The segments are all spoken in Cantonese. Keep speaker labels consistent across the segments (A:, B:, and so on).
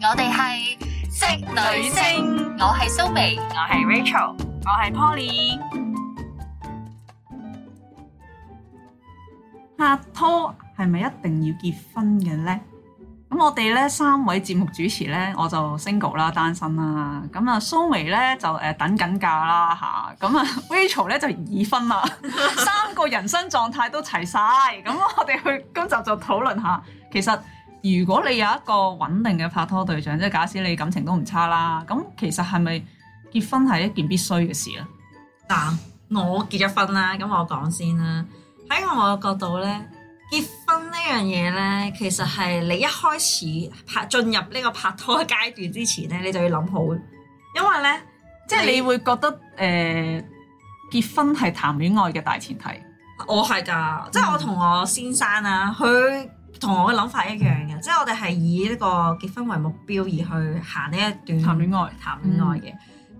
A: 我哋係職
B: 女聲
A: 我係蘇眉，
B: 我係 Rachel，我係 Poly。拍拖係咪一定要結婚嘅呢？咁我哋呢三位節目主持呢，我就 single 啦，單身啦。咁啊，蘇眉呢就誒、呃等緊嫁啦吓，咁啊 ，Rachel 呢就已婚 啦，三個人生狀態都齊晒。咁我哋去今集就討論下，其實如果你有一個穩定嘅拍拖對象，即係假使你感情都唔差啦，咁其實係咪結婚係一件必須嘅事咧？
C: 嗱，我結咗婚啦，咁我講先啦。喺我角度咧，結婚呢樣嘢咧，其實係你一開始拍進入呢個拍拖階段之前咧，你就要諗好，因為咧，
B: 即係你會覺得誒、呃、結婚係談戀愛嘅大前提，
C: 我係㗎，即係我同我先生啊，佢同我嘅諗法一樣嘅，即係我哋係以呢個結婚為目標而去行呢一段
B: 談戀愛
C: 談戀愛嘅，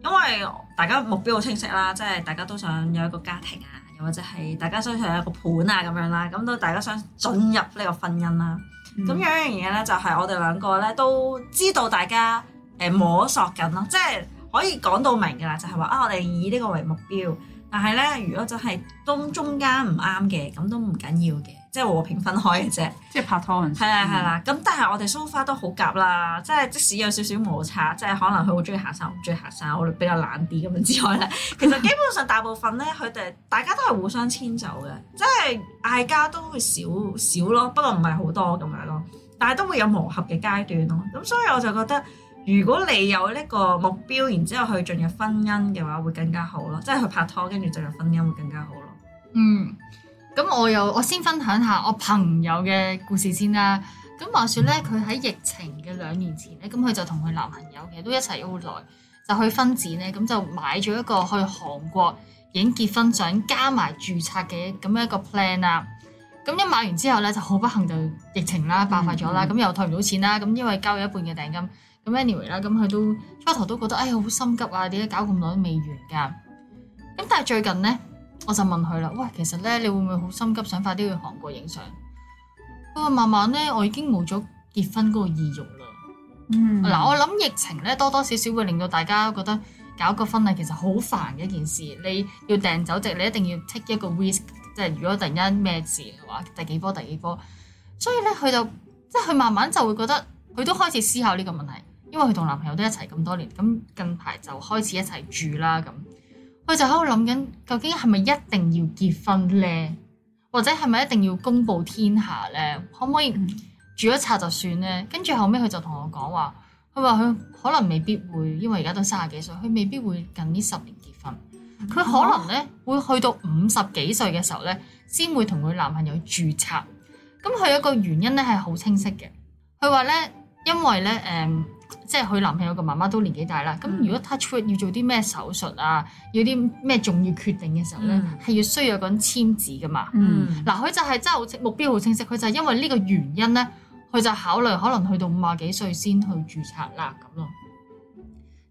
C: 因為大家目標好清晰啦，即係大家都想有一個家庭啊，又或者係大家想有一個伴啊咁樣啦，咁都大家想進入呢個婚姻啦。
B: 嗯
C: 咁、有一樣嘢咧，就係我哋兩個咧都知道大家誒摸索緊咯，即係可以講到明㗎啦，就係話啊，我哋以呢個為目標。但係咧，如果真係中中間唔啱嘅，咁都唔緊要嘅，即係和平分開嘅啫。
B: 即係拍啊拖嗰陣時
C: 係啦係，啦，咁但係我哋 so far 都好夾啦，即係即使有少少摩擦，即係可能佢好中意行山，我唔中意行山，我比較懶啲咁樣之外咧， 其實基本上大部分咧，佢哋大家都係互相遷就嘅，即係嗌交都會少少咯，不過唔係好多咁樣咯，但係都會有磨合嘅階段咯。咁所以我就覺得，如果你有呢個目標，然之後去進入婚姻嘅話，會更加好咯，即係去拍拖跟住進入婚姻會更加好咯。
A: 嗯，咁我又我先分享下我朋友嘅故事先啦。咁話說咧，佢喺疫情嘅兩年前咧，咁佢就同佢男朋友其實都一齊咗好耐，就去婚展咧，咁就買咗一個去韓國影結婚相加埋註冊嘅咁樣一個 plan 啦。咁一買完之後咧，就好不幸就疫情啦爆發咗啦，咁、又退唔到錢啦，咁因為交咗一半嘅訂金。咁 anyway 啦，咁佢都初頭都覺得哎呀好心急啊，點解搞咁耐都未完㗎？咁但係最近咧，我就問佢啦，喂，其實咧你會唔會好心急想快啲去韓國影相？佢話慢慢咧，我已經冇咗結婚嗰個意欲啦。
B: 嗯
A: 嗱、我諗疫情咧多多少少會令到大家覺得搞個婚禮其實好煩嘅一件事。你要訂酒席，你一定要 take 一個 risk，即係如果突然間咩事嘅話，第幾波第幾波。所以咧，佢就即係佢慢慢就會覺得，佢都開始思考呢個問題，因為佢同男朋友都一齊咁多年，咁近排就開始一齊住啦咁。佢就喺度諗緊，究竟係咪一定要結婚咧？或者係咪一定要公佈天下咧？可唔可以住一拆就算咧？跟住後尾佢就同我講話。佢話佢可能未必會，因為而家都三十幾歲，佢未必會近呢十年結婚。佢可能咧會去到五十幾歲嘅時候咧，先會同佢男朋友註冊。咁佢有一個原因咧係好清晰嘅。佢話咧，因為咧誒、即係佢男朋友嘅媽媽都年紀大啦。咁如果 touch wood 要做啲咩手術啊，要啲咩重要決定嘅時候咧
C: 嗯，
A: 係、要需要有個人簽字噶嘛。
B: 嗯，
A: 嗱，佢就係真係好清目標好清晰，佢就係因為呢個原因咧，佢就考慮可能去到五啊幾歲先去註冊啦咁咯。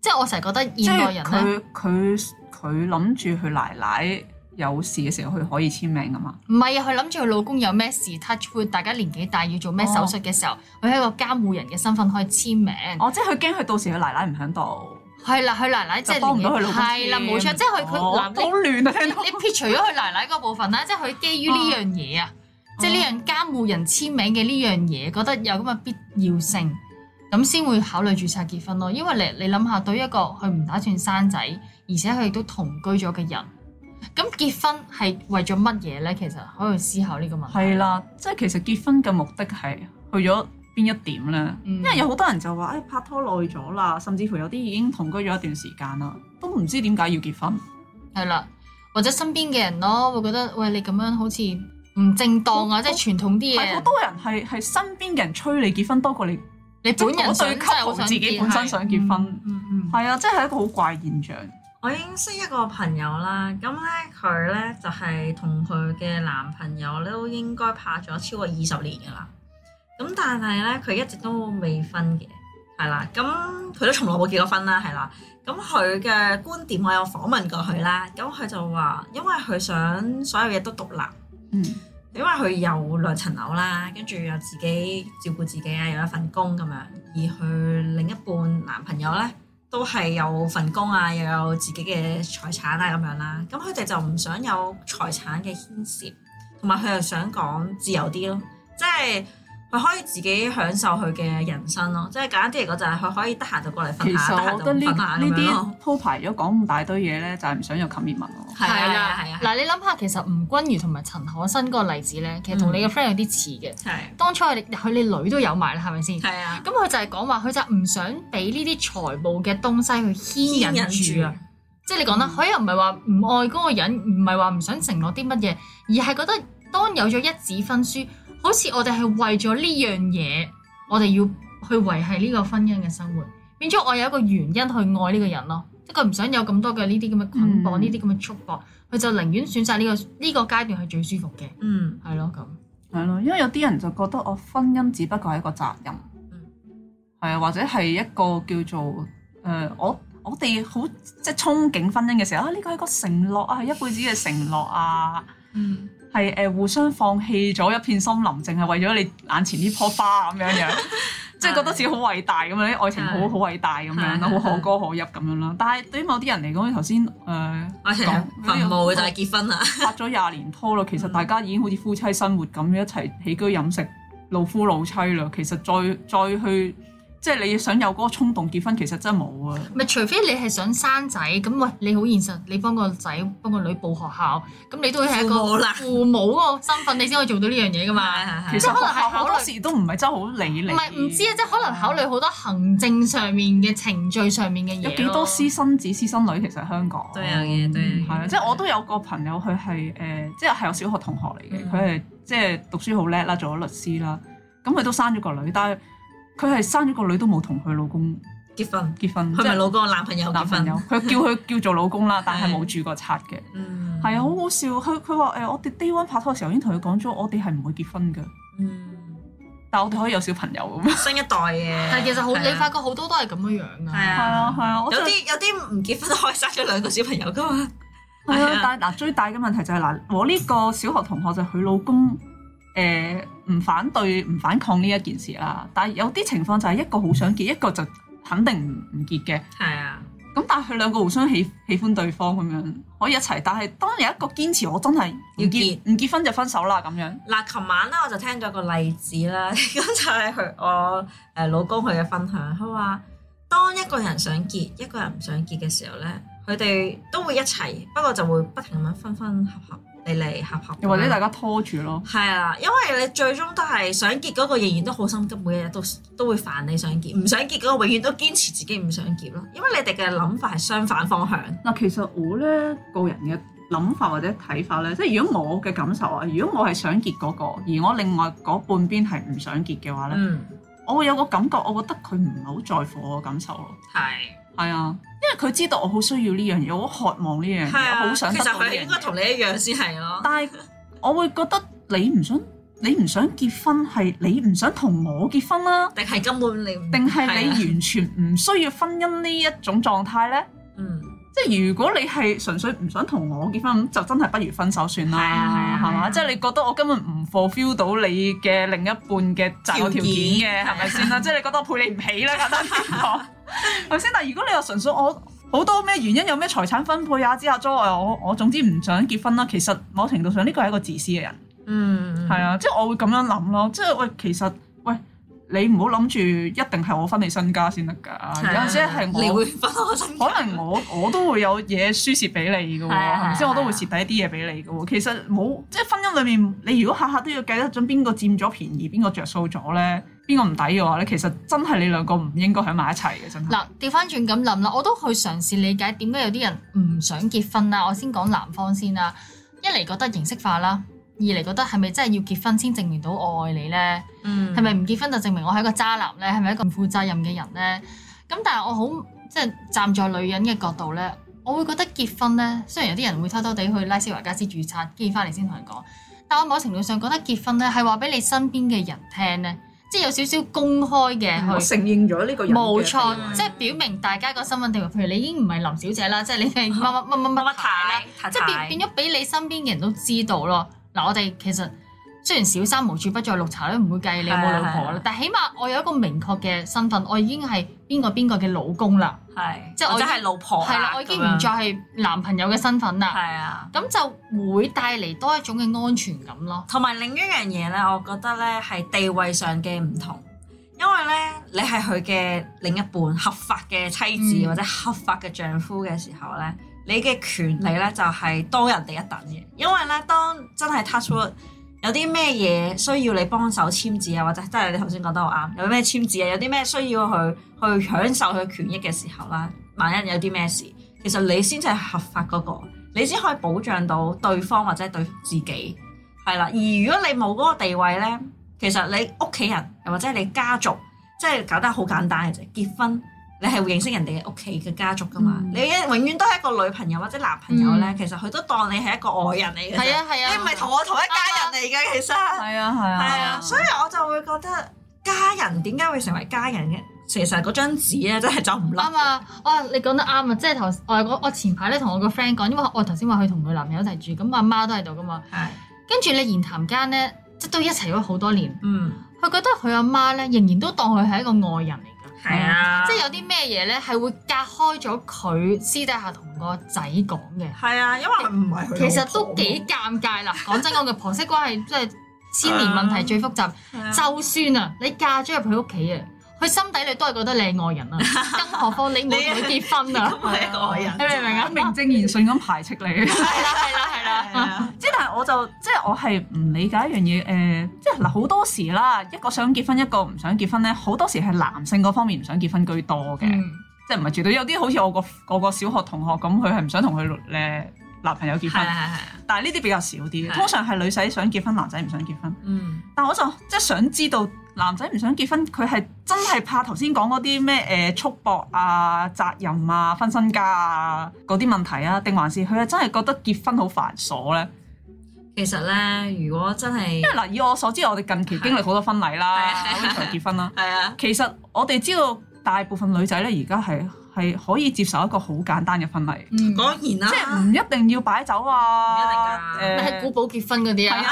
A: 即係我成日覺得
B: 即
A: 現代
B: 係
A: 人咧，
B: 佢佢佢諗住佢奶奶有事嘅時候，佢可以簽名噶嘛？
A: 唔係啊，佢諗住佢老公有咩事 touch wood，大家年紀大要做咩手術嘅時候，佢喺、一個監護人嘅身份可以簽名。
B: 哦，即係佢驚佢到時佢奶奶唔喺度，
A: 係啦、佢奶奶即
B: 就
A: 係
B: 幫唔
A: 年
B: 到佢
A: 紀
B: 老公簽。
A: 係啦，冇錯，即係佢佢
B: 哦
A: 男
B: 好亂啊！聽到
A: 你撇除咗佢奶奶嗰部分啦，即係佢基於呢樣嘢啊，
B: 哦
A: 即係呢樣監護人簽名嘅呢樣嘢，覺得有咁嘅必要性，咁先會考慮註冊結婚咯。因為你你諗下，對於一個佢唔打算生仔，而且佢亦都同居咗嘅人，咁結婚係為咗乜嘢咧？其實可以思考呢個問題。
B: 係啦，即係其實結婚嘅目的係去咗邊一點咧？
A: 嗯
B: 因為有好多人就話，誒、哎拍拖耐咗啦，甚至乎有啲已經同居咗一段時間啦，都唔知點解要結婚。
A: 係啦，或者身邊嘅人咯，會覺得喂你咁樣好似唔正當啊，即係傳統啲
B: 係好
A: 嘢。
B: 多人係係身邊嘅人催你結婚多過你
A: 你本
B: 即係嗰
A: 人想
B: 對
A: 真係好
B: couple
A: 想
B: 自己
A: 結
B: 本身
A: 係
B: 想結婚
A: 嗯。嗯嗯
B: 係啊，即係一個好怪現象。
C: 我認識一個朋友啦，咁咧佢咧就係同佢嘅男朋友咧都應該拍咗超過二十年噶啦，咁但係咧佢一直都未婚嘅，係啦，咁佢都從來冇結過婚啦，係啦，咁佢嘅觀點我有訪問過佢啦，咁佢就話因為佢想所有嘢都獨立。
B: 嗯，
C: 誒、你話佢有兩層樓啦，跟住又自己照顧自己啊，有一份工咁樣。而佢另一半男朋友咧，都係有份工啊，又有自己嘅財產啊咁樣啦。咁佢哋就唔想有財產嘅牽涉，同埋佢又想講自由啲咯，即係佢可以自己享受佢嘅人生咯。即係簡單啲嚟講，就係佢可以得閒就過嚟
B: 其
C: 瞓下，
B: 實
C: 得
B: 我覺
C: 閒就
B: 得呢
C: 瞓下
B: 呢
C: 咁樣咯。
B: 啲鋪排咗講咁大堆嘢咧，就係唔想有 commitment 咯。
C: 係啊係啊係啊係啊
A: 嗱，你諗下，其實吳君如同埋陳可辛嗰個例子咧，其實同你
C: 嗯
A: 嘅 friend 有啲似嘅。
C: 係
B: 啊
A: 當初佢哋佢哋女都有埋啦，係咪先？咁
C: 係啊，
A: 佢就係講話，佢就唔想俾呢啲財務嘅東西去牽引住啊。即係你講啦，
B: 嗯
A: 佢又唔係話唔愛嗰個人，唔係話唔想承諾啲乜嘢，而係覺得當有咗一紙婚書，好似我哋係為咗呢樣嘢，我哋要去維係呢個婚姻嘅生活，變咗我有一個原因去愛呢個人咯。即係佢唔想有咁多嘅呢啲咁嘅捆綁，
B: 嗯
A: 呢啲咁嘅束縛，佢就寧願選擇呢、個呢、個階段係最舒服嘅，
C: 嗯
A: 係咯咁。
B: 係咯，因為有啲人就覺得我婚姻只不過係一個責任，
C: 嗯
B: 係啊，或者係一個叫做誒、呃我我哋好即係憧憬婚姻嘅時候啊，呢個係一個承諾啊，係一輩子嘅承諾啊，
C: 嗯
B: 係誒、呃互相放棄咗一片森林，淨係為咗你眼前呢棵花咁樣 樣，即係覺得自己好偉大咁樣，啲愛情好
C: 係
B: 好偉大咁樣啦，好
C: 係
B: 可歌可泣咁樣啦。但係對於某啲人嚟講，頭先誒呃
C: 愛情
B: 講
C: 墳墓就係結婚啦。
B: 拍咗廿年拖啦，其
A: 嗯
B: 實大家已經好似夫妻生活咁樣一齊起居飲食，老夫老妻啦。其實再再去，即係你想有嗰個衝動結婚，其實真係冇啊。
A: 咪除非你係想生仔，咁喂你好現實，你幫個仔幫個女報學校，咁你都係一
C: 父母
A: 個
C: 啦
A: 父母個身份，你先可以做到呢樣嘢噶嘛。
B: 其實
A: 即係可能係
B: 學校好
A: 考
B: 多
A: 慮
B: 時都唔係真係好理你。
A: 唔係唔知啊，即係可能考慮好多行政上面嘅程序上面嘅嘢咯
B: 有幾多私生子、私生女，其實香港
C: 都有嘅都有嘅
B: 哦係啊，即係我都有個朋友，佢係誒，即係係我小學同學嚟嘅，
C: 嗯
B: 佢係即係讀書好叻啦，做咗律師啦，咁佢都生咗個女，但係佢係生咗個女都冇同佢老公
C: 結婚，
B: 結婚，
C: 佢咪老公男朋友
B: 男
C: 結
B: 朋友
C: 婚？，
B: 佢叫佢叫做老公啦，但係冇住過冊嘅，
C: 嗯，
B: 係啊，好好笑。佢佢話誒，我哋 day one 拍拖嘅時候已經同佢講咗，我哋係唔會結婚嘅，
C: 嗯，
B: 但係我哋可以有小朋友咁。
C: 新一代嘅，
A: 但係其實好，
C: 係啊
A: 你發覺好多都係咁樣樣
C: 係
A: 噶。
B: 係
C: 啊，
B: 啊係 啊，我
C: 有
B: 真係
C: 啲有啲唔結婚都可以生咗兩個小朋友噶嘛，
B: 係
C: 係啊
B: 啊，但係嗱最大嘅問題就係嗱，我呢個小學同學就係佢老公誒唔反對唔反抗呢一件事啦，但係有啲情況就係一個好想結，一個就肯定唔唔結嘅。
C: 係啊，
B: 咁但係佢兩個互相喜喜歡對方咁樣可以一齊，但係當有一個堅持我真係唔
C: 要
B: 結唔結婚就分手啦咁樣。
C: 嗱，琴晚咧我就聽咗個例子啦， 咁就係佢我誒老公佢嘅分享，佢話當一個人想結，一個人唔想結嘅時候咧，佢哋都會一齊，不過就會不停咁樣分分合合，離離合合咁樣，
B: 又或者大家拖住咯。
C: 係啊，因為你最終都係想結嗰個，仍然都好心急，每日都都會煩你想結，唔想結嗰個永遠都堅持自己唔想結咯。因為你哋嘅諗法係相反方向，
B: 嗱，其實我咧個人嘅諗法或者睇法咧，即係如果我嘅感受啊，如果我係想結嗰、個，而我另外嗰半邊係唔想結嘅話咧，
C: 嗯，
B: 我會有個感覺，我覺得佢唔係好在乎我嘅感受咯。
C: 係，
B: 係啊，因為佢知道我好需要呢樣嘢，我好渴望呢樣嘢，我
C: 係啊，
B: 嗯好
C: 其
B: 想得
C: 實
B: 到呢
C: 佢應
B: 樣
C: 該
B: 嘢。
C: 同你一樣先係咯，
B: 但係我會覺得你唔想，你唔想結婚係你唔想同我結婚啦、
C: 定係根本你唔
B: 定係
C: 係
B: 你
C: 啊
B: 完全唔需要婚姻呢一種狀態咧？
C: 嗯
B: 即係如果你係純粹唔想同我結婚，咁就真係不如分手算啦，嗯
C: 係啊係啊
B: 係
C: 係啊
B: 嘛？即係你覺得我根本唔 fulfill 到你嘅另一半嘅擇偶條件嘅，
C: 條件
B: 係咪先 啦？即係你覺得我配你唔起啦，簡單啲講，係咪先？但係如果你又純粹我好多咩原因，有咩財產分配啊之下，之外，我我總之唔想結婚啦。其實某程度上呢個係一個自私嘅人。
C: 嗯，
B: 係啊，即係我會咁樣諗咯，即係喂，其實喂，你唔好諗住一定係我分你身家先得㗎，
C: 係啊，
B: 有陣時係
C: 你
B: 我
C: 會分我身家，
B: 可能我我都會有嘢輸蝕俾你㗎喎，
C: 係啊
B: 係咪
C: 係
B: 先？
C: 啊
B: 我都會蝕底一啲嘢俾你㗎喎。其實冇即係婚姻裏面，你如果下下都要計得準邊個佔咗便宜，邊個着數咗咧，邊個唔抵嘅話咧，其實真係你兩個唔應該喺埋一齊嘅，真係。
A: 嗱，調翻轉咁諗啦，我都去嘗試理解點解有啲人唔想結婚啦。我先講男方先啦，一嚟覺得形式化啦，二嚟覺得係咪真係要結婚先證明到我愛你呢？
C: 嗯
A: 係咪唔結婚就證明我係一個渣男呢？係咪一個唔負責任嘅人呢？咁但係我好即係站在女人嘅角度呢，我會覺得結婚呢，雖然有啲人會偷偷地去拉斯維加斯註冊，跟住翻嚟先同人講，但我某程度上覺得結婚呢係話俾你身邊嘅人聽呢，即係有少少公開嘅去。
B: 承認咗呢個
A: 冇
C: 地
A: 錯，
C: 位
A: 即係表明大家個身份地位。譬如你已經唔係林小姐啦，即係你係乜乜乜乜
C: 乜
A: 乜
C: 乜
A: 太啦。
C: 太，
A: 即係
C: 係
A: 變變咗俾你身邊嘅人都知道咯。嗱，我哋其實雖然小三無處不在，綠茶咧唔會計你有冇老
C: 係
A: 婆
C: 啊係
A: 啦
C: 啊，
A: 但起碼我有一個明確嘅身份，我已經係邊個邊個嘅老公啦，
C: 係，
A: 即係我
C: 或者係老婆
A: 係啦，我已經唔
C: 再
A: 再係男朋友嘅身份啦，
C: 係啊。
A: 咁就會帶嚟多一種嘅安全感咯。
C: 同埋另一樣嘢咧，我覺得咧係地位上嘅唔同，因為咧你係佢嘅另一半、合法嘅妻子、
A: 嗯
C: 或者合法嘅丈夫嘅時候咧，你嘅權利咧就係多人哋一等嘅，因為咧當真係 touch wood。有啲咩嘢需要你幫手簽字啊，或者真係你頭先講得好啱，有咩簽字啊，有啲咩需要佢去享受佢權益嘅時候啦，萬一有啲咩事，其實你先至係合法嗰、個，你先可以保障到對方或者對自己，係啦。而如果你冇嗰個地位咧，其實你屋企人又或者你家族，即係搞得好簡單嘅啫，結婚。你係會認識人哋嘅屋企嘅家族噶嘛？
B: 嗯
C: 你永遠都係一個女朋友或者男朋友咧，其實佢都當你係一個外人嚟嘅啫。
A: 係啊係啊，
C: 你唔係同我同一家人嚟嘅，其實係
B: 係啊係啊，
C: 啊，所以我就會覺得家人點解會成為家人嘅？其實嗰張紙咧真係走唔甩，
A: 啱啊！哇，你講得啱啊！即係頭我我我前排咧同我個 friend 講，因為我頭先話佢同佢男朋友一齊住，咁阿媽都喺度噶嘛。
C: 係
A: 跟住你言談間咧，即係都一齊咗好多年，
C: 嗯
A: 佢覺得佢阿媽咧仍然都當佢係一個外人嚟㗎，
C: 係啊，
A: 即係有啲咩嘢咧係會隔開咗佢私底下同個仔講嘅。
C: 係啊，因為佢唔係佢
A: 其實都幾尷尬啦。 講真，我嘅婆媳關係真係千年問題最複 雜。
C: 就
A: 就算啊，你嫁咗入佢屋企啊，佢心底裏都係覺得你係外人 啊，更何況你冇同佢結婚啊
C: 咁。係一個外人，
A: 你明唔明啊
B: 名正言順咁排斥你。
A: 係啦係啦係啦。
C: 係啊？
B: 即係但係我就即係我係唔理解一樣嘢誒、即係嗱好多時啦，一個想結婚，一個唔想結婚咧，好多時係男性嗰方面唔想結婚居多嘅，
A: 嗯
B: 即係唔係絕對有啲好似我個我個小學同學咁，佢係唔想同佢誒男朋友結
A: 嗯
C: 係啊係
B: 婚，
C: 啊係啊，
B: 但係呢啲比較少啲嘅，
C: 係
B: 通常係女仔想結婚，男仔唔想結婚。
C: 嗯
B: 但我就即係想知道男仔唔想結婚，佢係真係怕頭先講嗰啲咩誒呃束縛啊、責任啊、分身家啊嗰啲問題啊，定還是佢係真係覺得結婚好繁瑣咧？
C: 其實咧，如果真係
B: 因為嗱，以我所知，我哋近期經歷好多婚禮啦，
C: 係啊
B: 好長結婚啦。
C: 係啊，
B: 其實我哋知道大部分女仔咧，而家係係可以接受一個好簡單嘅婚禮，
A: 嗯，
C: 當然
B: 即係唔
C: 啦，
B: 一定要擺酒啊，
C: 啊唔一定㗎
A: 係古
B: 誒，
A: 堡結婚嗰啲
B: 係
A: 啊，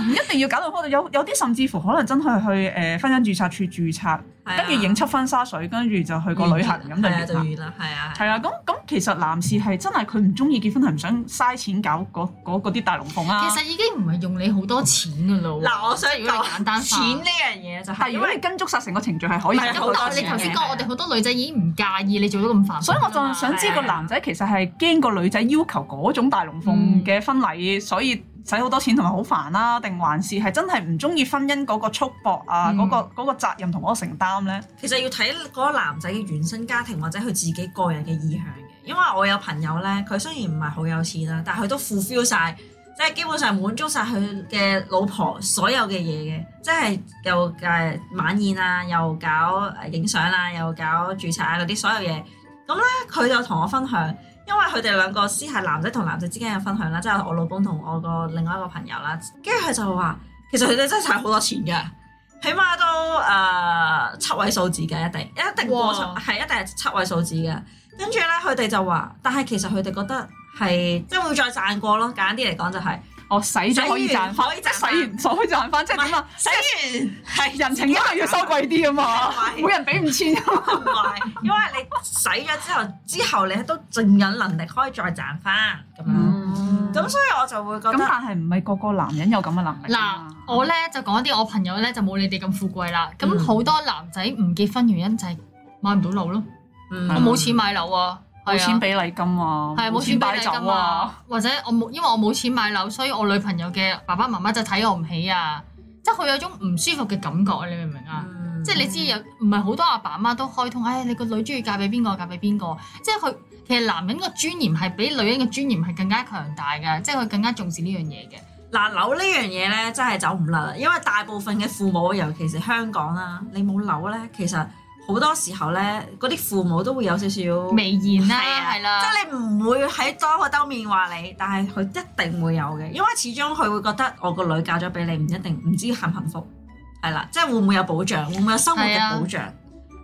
B: 唔一定要搞到婚禮，有有啲甚至乎可能真係去誒婚姻註冊處註冊，
C: 係啊
B: 跟住影出婚紗水，跟住就去個旅行咁就
C: 係啊
B: 完
C: 就
B: 啦。
C: 完啦，係啊，
B: 係啊，咁咁其實男士係真係佢唔中意結婚，係唔想嘥錢搞嗰嗰嗰啲大龍鳳啊。
A: 其實已經唔係用你好多錢㗎咯喎。
C: 嗱，我想
A: 如果你簡單化
C: 錢呢樣嘢就係
B: 但係
C: 因
B: 如果
C: 為
B: 你跟足晒成個程序係可以
C: 唔係
B: 慳好
A: 咁
B: 多
A: 但係
B: 錢
A: 你
B: 嘅
A: 頭先
C: 嘅
A: 講，我哋好多女仔已經唔介意你做到咁繁，
B: 所以我就想知個男仔其實係驚個女仔要求嗰種大龍鳳嘅婚禮，所以使好多錢同埋好煩啦，定還是係真係唔中意婚姻嗰個束縛啊，
A: 嗯
B: 嗰、個嗰個責任同嗰個承擔咧？
C: 其實要睇嗰個男仔嘅原生家庭或者佢自己個人嘅意向嘅，因為我有朋友咧，佢雖然唔係好有錢啦，但係佢都 fulfill 晒，即係基本上滿足晒佢嘅老婆所有嘅嘢嘅，即係又誒晚宴啊，又搞誒影相啦，又搞註冊啊嗰啲所有嘢。咁咧佢就同我分享，因為佢哋兩個先係男仔同男仔之間嘅分享啦，即係我老公同我個另外一個朋友啦，跟住佢就話其實佢哋真係使好多錢㗎。起碼都誒、呃七位數字嘅，一定一定過七，
A: 哇
C: 係一定係七位數字嘅。跟住咧，佢哋就話，但係其實佢哋覺得係即係會再賺過咯。簡單啲嚟講就係、
B: 我哦使咗可以賺翻，
C: 使完可以
B: 即係
C: 賺返
B: 使完所可以賺翻，即係點啊？
C: 使完係
B: 人情因為要收貴啲啊 嘛
C: 係，
B: 每人俾五千啊嘛。
C: 唔係，因為你使咗之後，之後你都仲有能力可以再賺翻咁樣。
B: 嗯
C: 咁、所以我就會覺
B: 咁
A: 啊
C: 得
B: 但係唔係個個男人有咁嘅能力
A: 嗱
B: 啊嘛。，
A: 我咧就講一啲我朋友咧就冇你哋咁富貴啦。咁
C: 嗯
A: 好多男仔唔結婚原因就係買唔到樓咯，
C: 嗯
A: 我冇錢買樓啊，
B: 冇
A: 係啊
B: 錢俾禮金啊，
A: 係冇錢
B: 錢
A: 俾
B: 擺
A: 你
B: 酒啊
A: 㗎嘛，，或者我冇，因為我冇錢買樓，所以我女朋友嘅爸爸媽媽就睇我唔起啊，即係佢有種唔舒服嘅感覺，你明唔明啊？
C: 嗯
A: 即係你知有唔係好多阿爸媽都開通，唉、你個女中意嫁俾邊個嫁俾邊個，即係佢其實男人個尊嚴係比女人嘅尊嚴係更加強大嘅，即係佢更加重視呢樣嘢嘅。
C: 嗱樓呢樣嘢咧，真係走唔甩啦，因為大部分嘅父母，尤其是香港啦，你冇樓咧，其實好多時候咧，嗰啲父母都會有少少
A: 微言
C: 係
A: 啦，
C: 啊
A: 係啦，
C: 即係你唔會喺當個兜面話你，但係佢一定會有嘅，因為始終佢會覺得我個女嫁咗俾你，唔一定唔知幸唔幸福，係啦，即係會唔會有保障，會唔會有生活
A: 係啊
C: 嘅保障，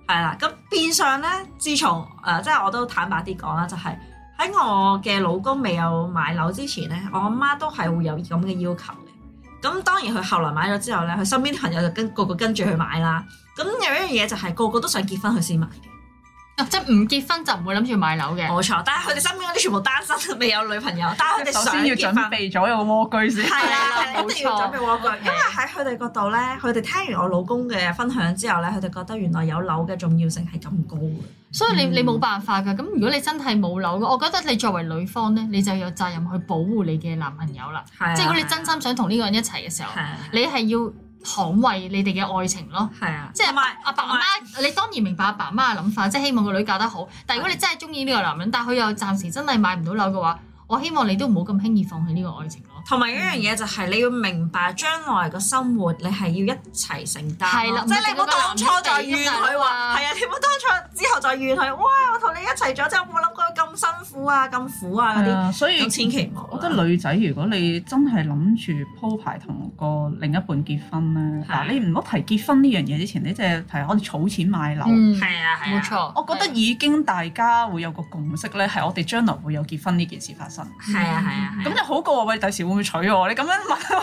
C: 係啦，咁變相咧，自從誒、呃即係我都坦白啲講啦，就係、喺我嘅老公未有買樓之前咧，我阿媽都係會有咁嘅要求嘅。咁當然佢後來買咗之後咧，佢身邊啲朋友就跟個個跟住去買啦。咁有一樣嘢就係個個都想結婚佢先買嘅，
A: 啊即係唔結婚就唔會諗住買樓嘅。
C: 冇錯。但係佢哋身邊嗰啲全部單身，未有女朋 友，但係佢哋
B: 首
C: 想
B: 先要
C: 結
B: 準
C: 婚。
B: 備咗有個蝸居先。
C: 係啦，
A: 係啦
C: 係一定要準備蝸居，因為喺佢哋嗰度咧，佢哋聽完我老公嘅分享之後咧，佢哋覺得原來有樓嘅重要性係咁高嘅。
A: 所以你
B: 嗯
A: 你冇辦法㗎。咁如果你真係冇樓嘅，我覺得你作為女方咧，你就有責任去保護你嘅男朋友啦。
C: 係啊
A: 即係如果你真心想同呢個人一齊嘅時候
C: 係，啊
A: 你係要捍衛你哋嘅愛情咯。
C: 係啊，
A: 即係
C: 同埋
A: 阿爸阿媽，你當然明白阿爸阿媽嘅諗法，即係希望個女嫁得好。但如果你真係中意呢個男人，但係佢又暫時真係買唔到樓嘅話，我希望你都唔好咁輕易放棄呢個愛情咯。
C: 同埋一樣嘢就係你要明白將來個生活你係要一齊承擔咯，
A: 係啦
C: 即係你唔好當初就怨佢話
A: 唔係
C: 係
A: 淨係個男人地㗎
C: 啊，你唔好當初之後再怨佢，哇！我同你一齊咗之後冇諗過咁辛苦啊、咁苦啊嗰
B: 係
C: 啲，
B: 啊，所以
C: 咁千祈唔好
B: 我
C: 啊。
B: 覺得女仔如果你真係諗住鋪排同個另一半結婚咧，
C: 係
B: 嗱你唔好提結婚呢樣嘢之前，你即係提我哋儲錢買樓。
A: 嗯，
C: 係啊，係啊
A: 冇。錯。
B: 我覺得已經大家會有個共識咧，係我哋將來會有結婚呢件事發生。
C: 係啊係啊係
B: 咁
C: 啊，
B: 就好過話喂，第時會唔會娶我？你咁樣問，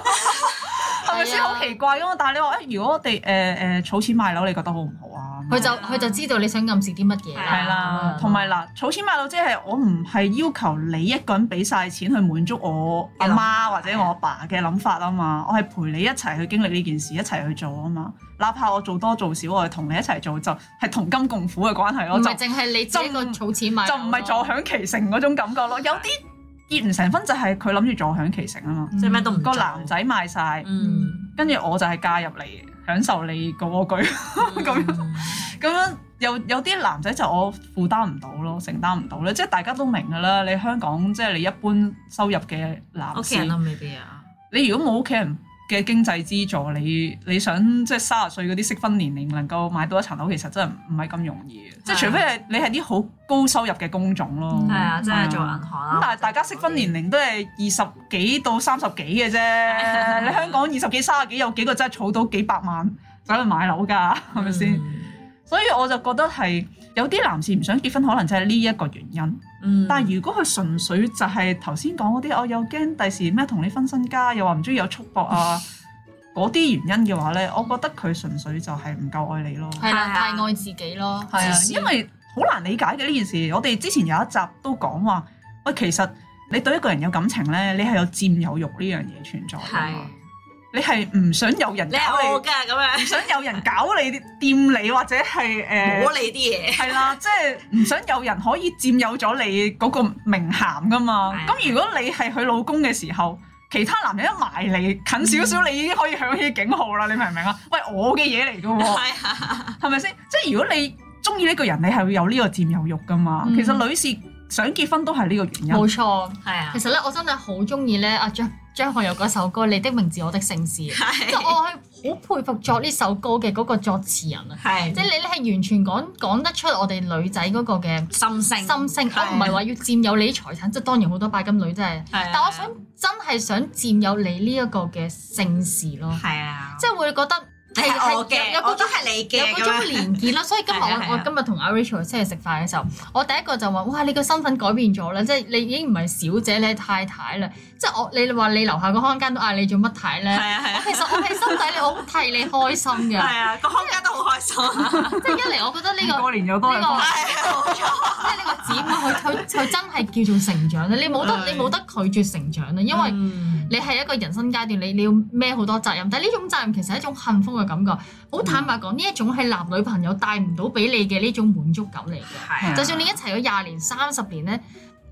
B: 係咪先
A: 係啊
B: 好奇怪噶嘛？但係你話哎誒，如果我哋誒誒儲錢買樓，你覺得好唔好啊？
A: 佢就佢就知道你想暗示啲乜嘢
C: 係
B: 係啦，同埋嗱，儲錢買樓即係我唔係要求你一個人俾晒錢去滿足我阿媽或者我阿爸嘅諗法啊嘛，我係陪你一齊去經歷呢件事，一齊去做啊嘛。哪怕我做多做少，我係同你一齊做，就係同甘共苦嘅關係咯，
A: 唔
B: 就
A: 係淨係你自己一個
B: 就唔
A: 儲錢買樓
B: 就
A: 咯，
B: 唔係嗯坐享其成嗰種感覺咯。有啲結唔成婚就係佢諗住坐享其成啊嘛，
A: 嗯
C: 即係咩都唔
B: 個
C: 做
B: 男，仔賣晒，
C: 嗯，
B: 跟住我就係嫁入嚟享受你個蝸居。咁
C: 樣。
B: 咁樣有有啲男仔就我負擔唔到咯，承擔唔到咧，即係大家都明㗎啦。你香港即係你一般收入嘅
C: 屋
B: 男
C: 企
B: 士，
C: 人都未必啊，
B: 你如果冇屋企人嘅經濟資助，你你想即係三十歲嗰啲適婚年齡能夠買到一層樓，其實真係唔係咁容易嘅。即係除非係你係啲好高收入嘅工種咯，
C: 啊係啊，即係做
B: 啊
C: 銀行
B: 咁
C: 啊。
B: 但係大家適婚年齡都係二十幾到三十幾嘅 啫，你香港二十幾、三十幾有幾個真係儲到幾百萬走去買樓㗎，係咪先？
C: 嗯？
B: 所以我就覺得係有啲男士唔想結婚，可能就係呢一個原因。
C: 嗯，
B: 但係如果佢純粹就係頭先講嗰啲，我又驚第時咩同你分身家，又話唔中意有束縛 啊嗰啲原因嘅話呢，我覺得佢純粹就係唔夠愛你咯。
A: 係啦，
C: 係啊
A: 太愛自己咯，
B: 係啊
A: 自，私
B: 因為好難理解嘅呢件事。我哋之前有一集都講話，喂，其實你對一個人有感情呢，你係有佔有欲呢樣嘢存在㗎
C: 係
B: 嘛。你係唔想有人
C: 你
B: 搞
C: 係我
B: 你，
C: 㗎咁樣
B: 唔，想有人搞你掂你，或者係誒。呃
C: 摸你啲嘢。
B: 係啦，即係唔想有人可以佔有咗你嗰個名銜噶嘛
A: 啊
C: 係。
B: 咁如果你係佢老公嘅時候，其他男人一埋嚟近少少，你已經可以響起警號啦。你明唔明啊？喂，我嘅嘢嚟噶 喎，
C: 係啊，
B: 係咪先？即係如果你中意呢個人，你係會有呢個佔有欲噶嘛。
A: 嗯
B: 其實女士想結婚都係呢個原因。
A: 冇錯。
C: 係啊
A: 其，實咧，我真係好中意咧阿張張學友嗰首歌《你的名字我的姓氏》，即係我係好佩服作呢首歌嘅嗰個作詞人啊！
C: 係
A: 即係你咧係完全講講得出我哋女仔嗰個嘅
C: 心聲，
A: 心聲，哦我唔係話要佔有你啲財產，即係當然好多拜金女真係，
C: 係啊，
A: 但我想真係想佔有你呢一個嘅姓氏咯，
C: 係啊，
A: 即係會覺得
C: 即係我嘅，
A: 有
C: 我都
A: 嗰種
C: 係你
A: 有
C: 嘅
A: 嗰
C: 咁
A: 種
C: 樣。
A: 連結啦。所以今日
C: 係啊係啊
A: 我我今日同阿 Rachel 即係食飯嘅時候，我第一個就話：哇，你個身份改變咗啦，即係你已經唔係小姐，你係太太啦。即係我你話你樓下個看更都嗌你做乜太
C: 係
A: 咧？
C: 啊係
A: 我
C: 啊
A: 其實我係心底裏好替你開心
C: 係
A: 㗎，
C: 啊，個空間都好開 心。
A: 即係一嚟我覺得呢個。
B: 過年有多
A: 呢
B: 人
A: 個
B: 幫
C: 係
A: 即係呢個姊妹，佢佢佢真係叫做成長啦。你冇得
C: 係
A: 你冇得拒絕成長啦，因為
C: 為
A: 你係一個人生階段，你你要孭好多責任。但係呢種責任其實係一種幸福嘅感覺。好坦白講，呢一種係男女朋友帶唔到俾你嘅呢種滿足感嚟嘅。
C: 係啊
A: 就算你一齊咗廿年、三十年咧，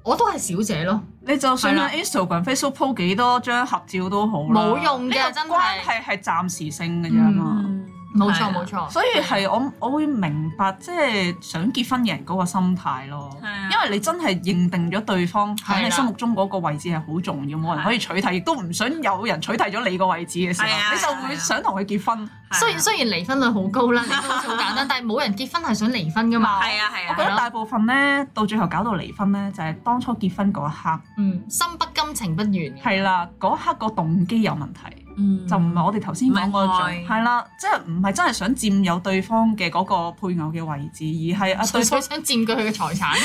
A: 我都係小姐咯，
B: 你就算
A: 係啦
B: 喺 Instagram、Facebook 鋪幾多張合照都好啦，
A: 冇用
B: 呢
A: 嘅
B: 個
A: 真係
B: 關係係暫時性嘅啫嘛。
C: 嗯
A: 冇
C: 係啊
A: 錯冇錯。
B: 所以係我我會明白即係想結婚嘅人嗰個心態咯，
C: 係啊
B: 因為你真係認定咗對方喺
A: 係啦
B: 你心目中嗰個位置係好重要，冇人可以取替，亦都唔想有人取替咗你個位置嘅時候，
C: 係啊
B: 你就會想同佢結婚。
A: 雖然雖然離婚率好高啦，離婚好似好簡
C: 啊
A: 單，但係冇人結婚係想離婚噶嘛。
C: 係啊係
B: 我
C: 啊
B: 覺
A: 係
B: 得
A: 咯
B: 大部分咧到最後搞到離婚咧，就係、當
C: 啊
B: 初結婚嗰一刻，
A: 嗯，心不甘情不願嘅。
B: 係啦，嗰一刻個動機有問題，
C: 嗯
B: 就唔係我哋頭先講嗰
C: 唔係愛
B: 種，係啦，即係唔係真係想佔有對方嘅嗰個配偶嘅位置，而係啊
A: 純
B: 對
A: 粹想佔據佢嘅財產，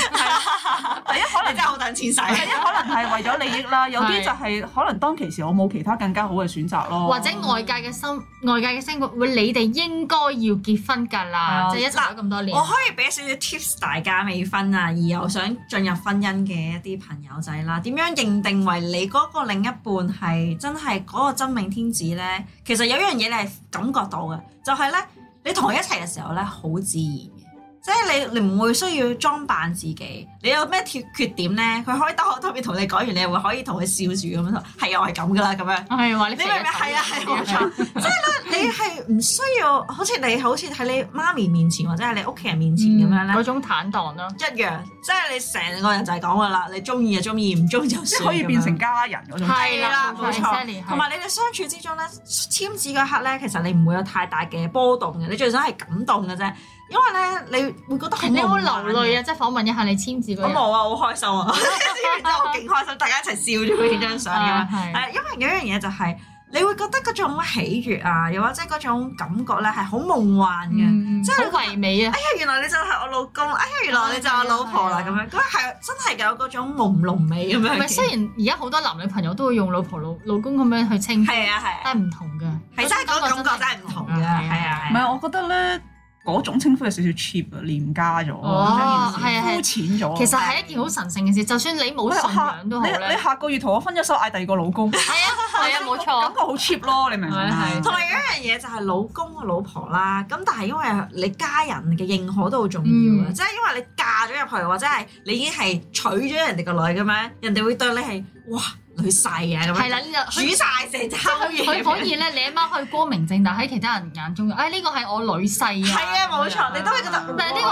B: 第一可能
C: 你真係好等錢使，
B: 第一可能係為啊咗利益啦，有啲
A: 係
B: 就係可能當其時我冇其他更加好嘅選擇
C: 哦
B: 咯，
A: 或者外界嘅心，外界嘅聲會會你哋應該要結婚㗎
B: 係
A: 啦，
B: 啊
A: 即係一齊咗咁多年
C: 哦我，可以俾少少 tips 大家未婚啊，而又想進入婚姻嘅一啲朋友仔啦，點樣認定為你嗰個另一半係真係嗰個真命天子呢？其實有一樣嘢你係感覺到嘅，就係、呢：你同佢一齊嘅時候呢，好自然嘅，即係你你唔會需要裝扮自己。你有咩缺缺點呢？佢可以當我特別同你講完，你會可以同佢笑住咁樣話，係啊，我係咁噶啦咁樣。
A: 係話你
C: 你明唔明？係啊，係冇錯，即係咧，你係唔需要，好似你好似喺你媽咪面前或者係你屋企人面前咁樣
A: 嗯
C: 咧，
A: 嗰種坦蕩咯，
C: 一樣，即係你成個人就係講噶啦，你中意就中意，唔中意就
B: 即
C: 算
B: 係可以變成家人嗰種。
C: 係啦
A: 冇
C: 冇錯
A: 錯
C: 同埋你哋相處之中咧，簽字嗰刻咧，其實你唔會有太大嘅波動嘅，你最想係感動嘅啫，因為咧你會覺得好
A: 你有冇
C: 浪漫
A: 流淚啊？即係訪問一下你簽字
C: 我
A: 嗰日
C: 冇啊，好開心啊！跟 住之後我勁開心，大家一齊笑住影張相咁樣。
A: 啊係
C: 係，因為有一樣嘢就係、你會覺得嗰種喜悅啊，又或者嗰種感覺咧係好夢幻嘅。
A: 嗯
C: 即係
A: 好唯美啊
C: 哎！呀，原來你就係我老公，哎呀，
A: 哦
C: 原來你就係我老婆啦，咁樣嗰係真係有嗰種朦朧美咁
A: 唔
C: 樣
A: 係，
C: 嘅。
A: 雖然而家好多男女朋友都會用老婆老老公咁樣去稱呼，
C: 係啊係啊，
A: 但係唔同嘅，
C: 係真係嗰種感覺真係唔同
A: 嗯
C: 嘅，係啊
B: 唔
C: 係啊。
B: 係，我覺得咧嗰種稱呼有少少 cheap 啊，廉價咗
A: 哦
B: 啊，將件事膚淺咗啊。
A: 其實係一件好神聖嘅事，就算你冇信仰都好
B: 你你
A: 咧。
B: 下個月同我分咗手，嗌第二個老公，感
A: 係啊，係啊，冇錯
B: 覺。好 cheap 咯，你明唔明啊
A: 係係
C: 同埋有一樣嘢就係老公啊嘅老婆啦，咁但係因為你家人嘅認可都好重要嘅，
A: 嗯
C: 即係因為你嫁咗入去，或者係你已經係娶咗人哋個女咁樣，人哋會對你係哇女婿啊咁樣
A: 係，啦，呢
C: 煮
A: 個佢
C: 晒成抽嘢，
A: 佢可以咧，你阿媽可以光明正大喺其他人眼中嘅，哎呢個係我女婿啊。
C: 係啊，冇錯，你都會覺得，
A: 但係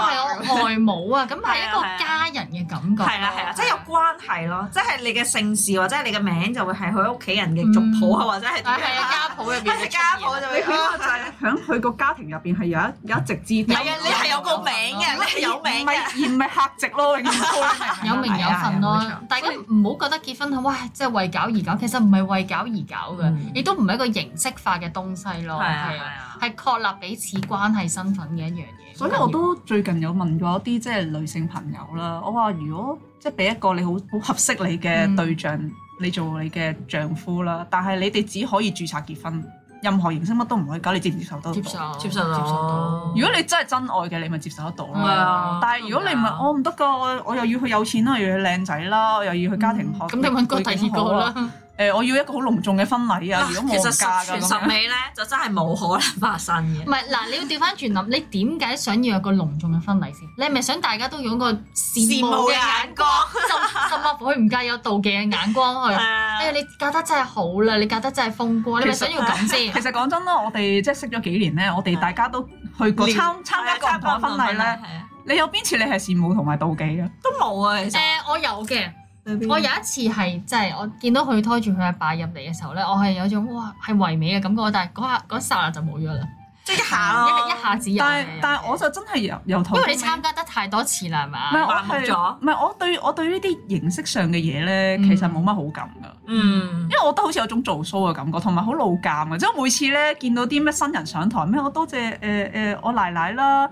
A: 呢個係我外母啊，咁係一
C: 係啊
A: 個家人嘅感覺。
C: 係啦係啦，即係有關係咯，即係你嘅姓氏或者係你嘅名就會係佢屋企人嘅族譜啊，或者係點
A: 啊係
C: 樣
A: 啊，
C: 啊
A: 家譜入邊
C: 係
A: 嘅
C: 家
A: 出現
C: 譜就
B: 你
C: 會哦
B: 起碼就係喺佢個家庭入邊係有一有一席之地
C: 係啊，你係有個名嘅，你係啊有
B: 唔
C: 名
B: 係
C: 嘅。
B: 而唔係客席咯，永 遠
A: 有
B: 都
A: 名有份
C: 係啊係啊
A: 咯
C: 冇錯，
A: 大家唔好覺得結婚係哇，即係為搞而搞，其實唔係為搞而搞
C: 嗯
A: 嘅，亦都唔係一個形式化嘅東西咯，係啊，
C: 啊
A: 係確立彼此關係身份嘅一樣嘢。
B: 所以我都最近有問過一啲即係女性朋友啦，我話如果即係俾一個你好好合適你嘅對象，你做你嘅丈夫啦，但係你哋只可以註冊結婚，任何形式乜都唔可以搞，你接唔接受得到？
A: 接受
C: 接受到
B: 如果你真係真愛嘅，你咪接受得到
A: 係
B: 咯。
A: 啊
B: 但係如果你
C: 啊
B: 唔係，我唔得㗎，我我又要佢有錢啦，又要佢靚仔啦，我又要佢家庭學
A: 嗯咁你揾個第二個。
B: 背景好啊
A: 啦，
B: 誒，我要一個好隆重嘅婚禮啊！如果
C: 其
B: 我唔
C: 實
B: 嫁
C: 十
B: 㗎
C: 全
B: 咁
C: 十
B: 樣
C: 美咧，就真係冇可能發生嘅
A: 唔。係嗱，你要調翻轉諗，你點解想要有個隆重嘅婚禮先？你係咪想大家都用一個羨慕嘅眼光，甚甚或乎佢唔介意有妒忌嘅眼光去？哎呀，
C: 係啊
A: 你嫁得真係好啦，你嫁得真係風光，你咪
B: 啊其實
A: 想要咁先
B: 其？ 實講真啦，我哋即係識咗幾年咧，我哋大家都去過參啊參加過
C: 啊
B: 唔同嘅婚禮咧。，你有邊次你係羨慕同埋妒忌嘅？
C: 都冇啊，其實嗯
A: 誒，我有嘅。
B: 嗯
A: 我有一次係即係我見到佢拖住佢阿爸入嚟嘅時候咧，我係有種哇係唯美嘅感覺，但係嗰下嗰剎那就冇咗啦，
C: 即係一下咯，
A: 一一下子有
B: 哦但係
A: 嘅。
B: 但係我就真係由由頭
A: 因
B: 到
A: 為
B: 尾
A: 你參加得太多次啦，
B: 唔係
A: 係嘛？
B: 我
C: 麻木咗
B: 係唔係我對我對呢啲形式上嘅嘢咧，
A: 嗯
B: 其實冇乜好感㗎。
C: 嗯
B: 因為我覺得好似有種做 show 嘅感覺，同埋好老尷嘅，即係每次咧見到啲咩新人上台，咩我多謝誒誒、呃呃我奶奶啦，誒、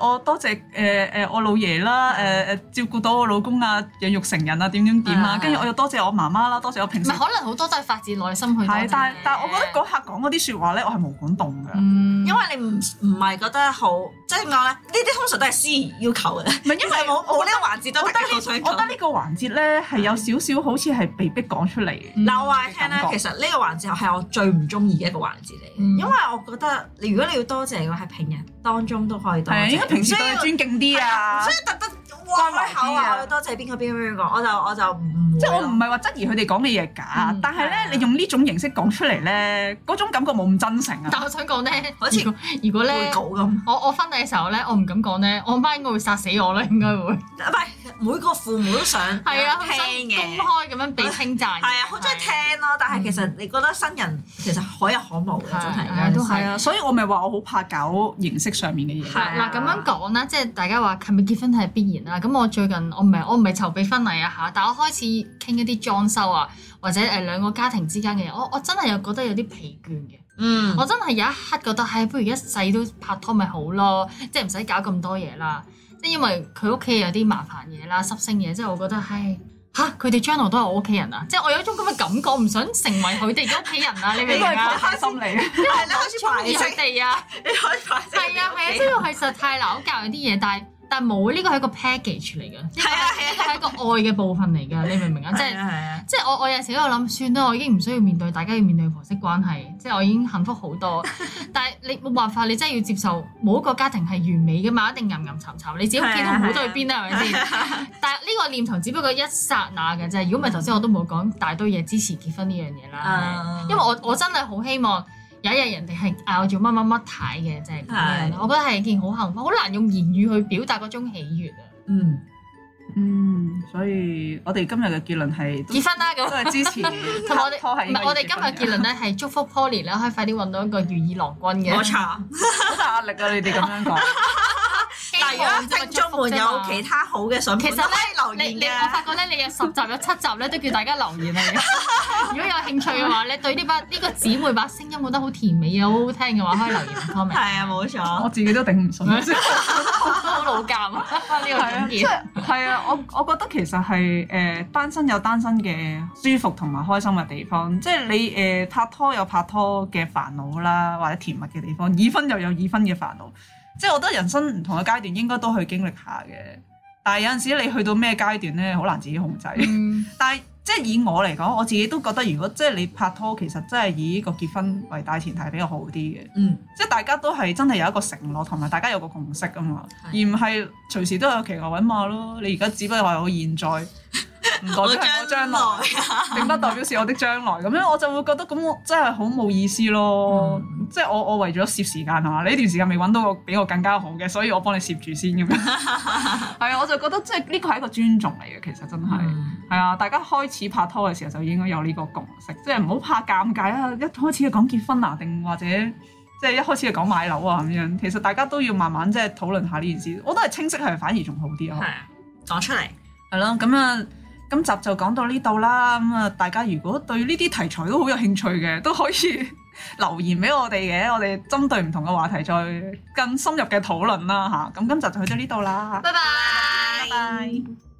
B: 我多謝誒誒、呃呃我老爺啦，誒、誒照顧到我老公啊，養育成人啊，點點點啊，
A: 嗯
B: 跟住我又多謝我媽媽啦，多謝我平
A: 唔
B: 時
A: 係可能好多都係發自內心去多謝
B: 係
A: 嘅。，
B: 但係但係我覺得嗰刻講嗰啲説話咧，我係冇管動嘅，
A: 嗯，
C: 因為你唔唔係覺得好，即係點講咧？呢啲通常都係私人要求嘅，
B: 唔係
C: 因
B: 因
C: 為
B: 為
C: 冇冇呢個環節都
B: 我
C: 得
B: 覺得
C: 嘅，我想
B: 呢我覺得
C: 講。
B: 呢個環節咧係有少少好似係被逼講出嚟嘅，
A: 嗯
C: 嗱，我話你聽咧
B: 感，覺
C: 其實呢個環節係我最唔中意嘅一個環節嚟嘅，
A: 嗯
C: 因為我覺得你如果你要多謝嘅話，係平日當中都可以多
B: 係啊
C: 謝，
B: 應該平時
C: 唔需
B: 對
C: 要
B: 佢尊敬啲
C: 係啊，
B: 啊
C: 唔需。要特登哇
B: 關懷
C: 開口
B: 啲
C: 啊，
B: 啊
C: 我要多謝邊個邊個邊個，我就我就唔
B: 即係
C: 係
B: 我唔係話質疑佢哋講嘅嘢係假，
A: 嗯
B: 但係
C: 係啊
B: 咧你用呢種形式講出嚟咧，嗰種感覺冇咁真誠
A: 但
B: 啊！
A: 我想 講咧，
C: 好似
A: 如果如果
C: 會
A: 咧
C: 稿咁，
A: 我我婚禮嘅時候咧，我唔敢講咧，我媽應該會殺死我啦，應該會。
C: 唔係每個父母都想
A: 係啊，佢想
C: 聽嘅。
A: 公開咁樣被稱讚，
C: 係啊，好中意聽咯，但係其實你覺得新人其實可有可無嘅，真係
A: 係啊都係
B: 係啊，所以我咪話我好怕搞形式上面嘅嘢。
C: 係啊
A: 嗱咁樣講啦，即係大家話係咪結婚係必然啦？啊咁我最近我唔係我唔係籌備婚禮啊嚇，但我開始傾一啲裝修啊，或者誒兩個家庭之間嘅嘢，我我真係又覺得有啲疲倦嘅。
C: 嗯，
A: 我真係有一刻覺得，唉，不如一世都拍拖咪好咯，即係唔使搞咁多嘢啦。即係因為佢屋企有啲麻煩嘢啦、濕星嘢，即係我覺得，唉，吓，佢哋將來都係我屋企人啊！即係我有一種咁嘅感覺，唔想成為佢哋嘅屋企人啊！你明
B: 呢
A: 唔明
B: 個係
A: 啊？
B: 太心理啊！
C: 因 為你開始排
A: 而佢
C: 斥，
A: 哋哦啊，
C: 你可以排斥。
A: 係啊係 啊，即係我係實在太鬧交有啲嘢，但係但係冇呢個係一個 package 嚟嘅，
C: 係啊係啊
A: 呢個係一個愛嘅部分嚟㗎，你明唔明啊？即係
C: 係。啊係啊，
A: 即係我我有時喺度諗，算啦，我已經唔需要面對大家要面對婆媳關係，即係我已經幸福好多。但係你冇辦法，你真係要接受冇一個家庭係完美嘅嘛，一定吟吟沉沉，你自己屋企都唔好對邊啦，係咪先？但係呢個念頭只不過一剎那嘅啫。如果唔係頭先我都冇講大堆嘢支持結婚呢樣嘢啦，
C: 啊
A: 因為我我真係好希望。有一日人哋係嗌我做乜乜乜太嘅，即係咁樣
C: 係
A: 咯。我覺得係一件好幸福，好難用言語去表達嗰種喜悅啊！
C: 嗯，
B: 嗯，所以我哋今日嘅結論係都
A: 結婚啦咁
B: 都。係支持
A: 同埋我
B: 拍拖
A: 哋
B: 係
A: 唔
B: 應該
A: 係我哋今
B: 要結婚嘅
A: 日結論咧係祝福 Poly 咧可以快啲揾到一個如意郎君嘅。
C: 冇錯。
B: 好 大壓力啊！你哋咁樣講。
C: 但係如果聽眾們有其他好嘅想法，
A: 其實
C: 都可以留
A: 你你
C: 言
A: 我
C: 嘅。
A: 發覺咧，你有十集有七集咧都叫大家留言啊！如果有興趣嘅話，你對呢把呢個姊妹把聲音覺得好甜美啊，好好聽嘅話，可以留言 comment。
C: 係啊，冇
B: 我
C: 錯。
B: 自己都頂唔順。
A: 好老尷啊！呢個
B: 係啊，
A: 總
B: 即
A: 結
B: 係係啊，我我覺得其實係誒、呃、單身有單身嘅舒服同埋開心嘅地方，即係你誒、呃拍拖有拍拖嘅煩惱啦，或者甜蜜嘅地方，已婚又有已婚嘅煩惱，即係我覺得人生唔同嘅階段應該都去經歷下嘅。但係有陣時你去到咩階段咧，好難自己控制。
A: 嗯
B: 但係即係以我嚟講，我自己都覺得，如果即係你拍拖，其實真係以呢個結婚為大前提比較好啲嘅。
C: 嗯，
B: 即係大家都係真係有一個承諾，同埋大家有個共識啊嘛，
C: 係
B: 而唔係隨時都有期外揾馬咯。啊你而家只不過係我現在，唔代
C: 我
B: 表係我
C: 將
B: 將
C: 來
B: 來，並不代表是我的將來。咁樣我就會覺得咁我真係好冇意思咯。
C: 嗯
B: 即係我我為咗攝時間啊，你呢段時間未揾到個比我更加好嘅，所以我幫你攝住先咁 樣。係啊，我就覺得即係呢個係一個尊重嚟嘅，其實真係。
C: 嗯
B: 係啊，大家開始拍拖嘅時候就應該有呢個共識，即係唔好怕尷尬啊！一開始就講結婚啊，定或者即係一開始就講買樓啊咁樣。其實大家都要慢慢即係討論下呢件事，我覺得係清晰係反而仲好啲
C: 係
B: 啊。
C: 啊講出嚟。
B: 係咯，咁啊，今集就講到呢度啦。咁啊，大家如果對呢啲題材都好有興趣嘅，都可以 留言俾我哋嘅，我哋針對唔同嘅話題再更深入嘅討論啦吓，咁今集就去到呢度啦，
A: 拜拜。
B: 拜拜。